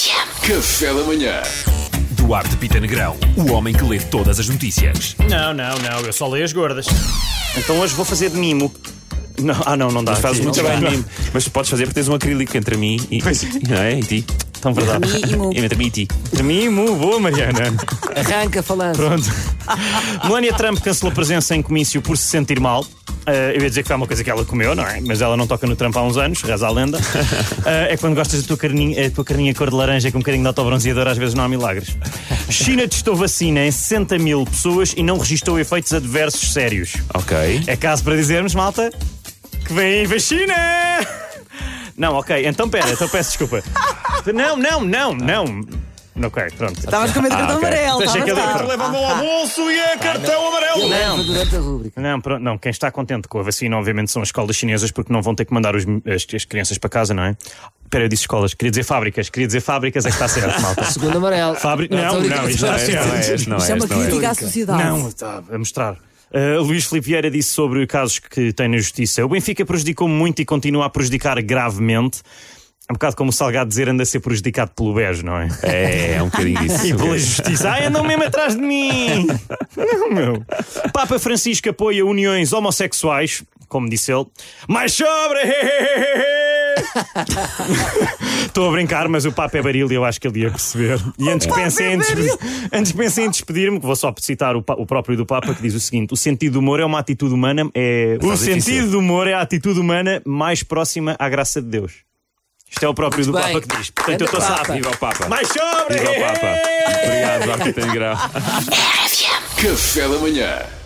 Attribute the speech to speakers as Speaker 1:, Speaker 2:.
Speaker 1: Café da Manhã.
Speaker 2: Duarte Pita Negrão, o homem que lê todas as notícias.
Speaker 3: Não, não, não, eu só leio as gordas. Então hoje vou fazer de mimo. Não, ah, não, não dá.
Speaker 4: Mas fazes
Speaker 3: Sim,
Speaker 4: muito
Speaker 3: não dá.
Speaker 4: bem, mimo. Mas podes fazer porque tens um acrílico entre mim e, não é? e ti. Tão verdade.
Speaker 5: Mimo.
Speaker 4: Entre mim e ti. Entre mim e mu. Boa, Mariana.
Speaker 5: Arranca falando.
Speaker 4: Pronto.
Speaker 3: Melania Trump cancelou presença em comício por se sentir mal. Ah, eu ia dizer que foi uma coisa que ela comeu, não é? Mas ela não toca no Trump há uns anos, reza a lenda. Ah, é quando gostas da tua carninha, a tua carninha cor de laranja com um bocadinho de autobronzeador, às vezes não há milagres. China testou vacina em 60 mil pessoas e não registou efeitos adversos sérios.
Speaker 4: Ok.
Speaker 3: É caso para dizermos, malta, que vem vacina! Não, ok, então pera, então peço desculpa. Não, não, não, não. Ok, pronto. Ah,
Speaker 5: Estavas com medo de cartão
Speaker 4: ok.
Speaker 5: amarelo.
Speaker 3: Deixa que
Speaker 5: estavas Ah, lá.
Speaker 3: ele leva a mão ao bolso um e é cartão amarelo.
Speaker 5: Leva Durante a rubrica.
Speaker 3: Não, pronto, não, quem está contente com a vacina, obviamente, são as escolas chinesas, porque não vão ter que mandar os- as, as crianças para casa, não é? Espera, eu disse escolas, queria dizer fábricas, queria dizer fábricas, é que está certo, malta.
Speaker 5: Segundo amarelo.
Speaker 3: Fábri- Não,
Speaker 5: estou a
Speaker 3: não,
Speaker 5: brincar.
Speaker 3: isto não é,
Speaker 4: Não é, este, não é,
Speaker 5: Isto é uma
Speaker 4: este, não é.
Speaker 5: crítica à sociedade.
Speaker 3: Não, está a mostrar. Uh, Luís Filipe Vieira disse sobre casos que tem na justiça. O Benfica prejudicou muito e continua a prejudicar gravemente. É um bocado como o Salgado dizer anda a ser prejudicado pelo BES, não é?
Speaker 4: É, é um bocadinho isso.
Speaker 3: E pela justiça. Ai, andam mesmo atrás de mim! Não, meu. Papa Francisco apoia uniões homossexuais, como disse ele. Mais sobre! Estou a brincar, mas o Papa é baril e eu acho que ele ia perceber. E antes que pensem em, despe- antes que pensem em despedir-me, que vou só citar o, pa- o próprio do Papa, que diz o seguinte: o sentido do humor é uma atitude humana. É... O
Speaker 4: difícil.
Speaker 3: sentido do humor é a atitude humana mais próxima à graça de Deus. Isto é o próprio do
Speaker 5: Muito
Speaker 3: Papa
Speaker 5: bem.
Speaker 3: que diz. Portanto, eu
Speaker 2: Então,
Speaker 3: estou
Speaker 5: Grande
Speaker 3: sábio.
Speaker 5: Papa.
Speaker 4: Viva o Papa.
Speaker 3: Mais sobre!
Speaker 4: Viva o Papa. Obrigado, Duarte Pita Negrão.
Speaker 1: Café da Manhã.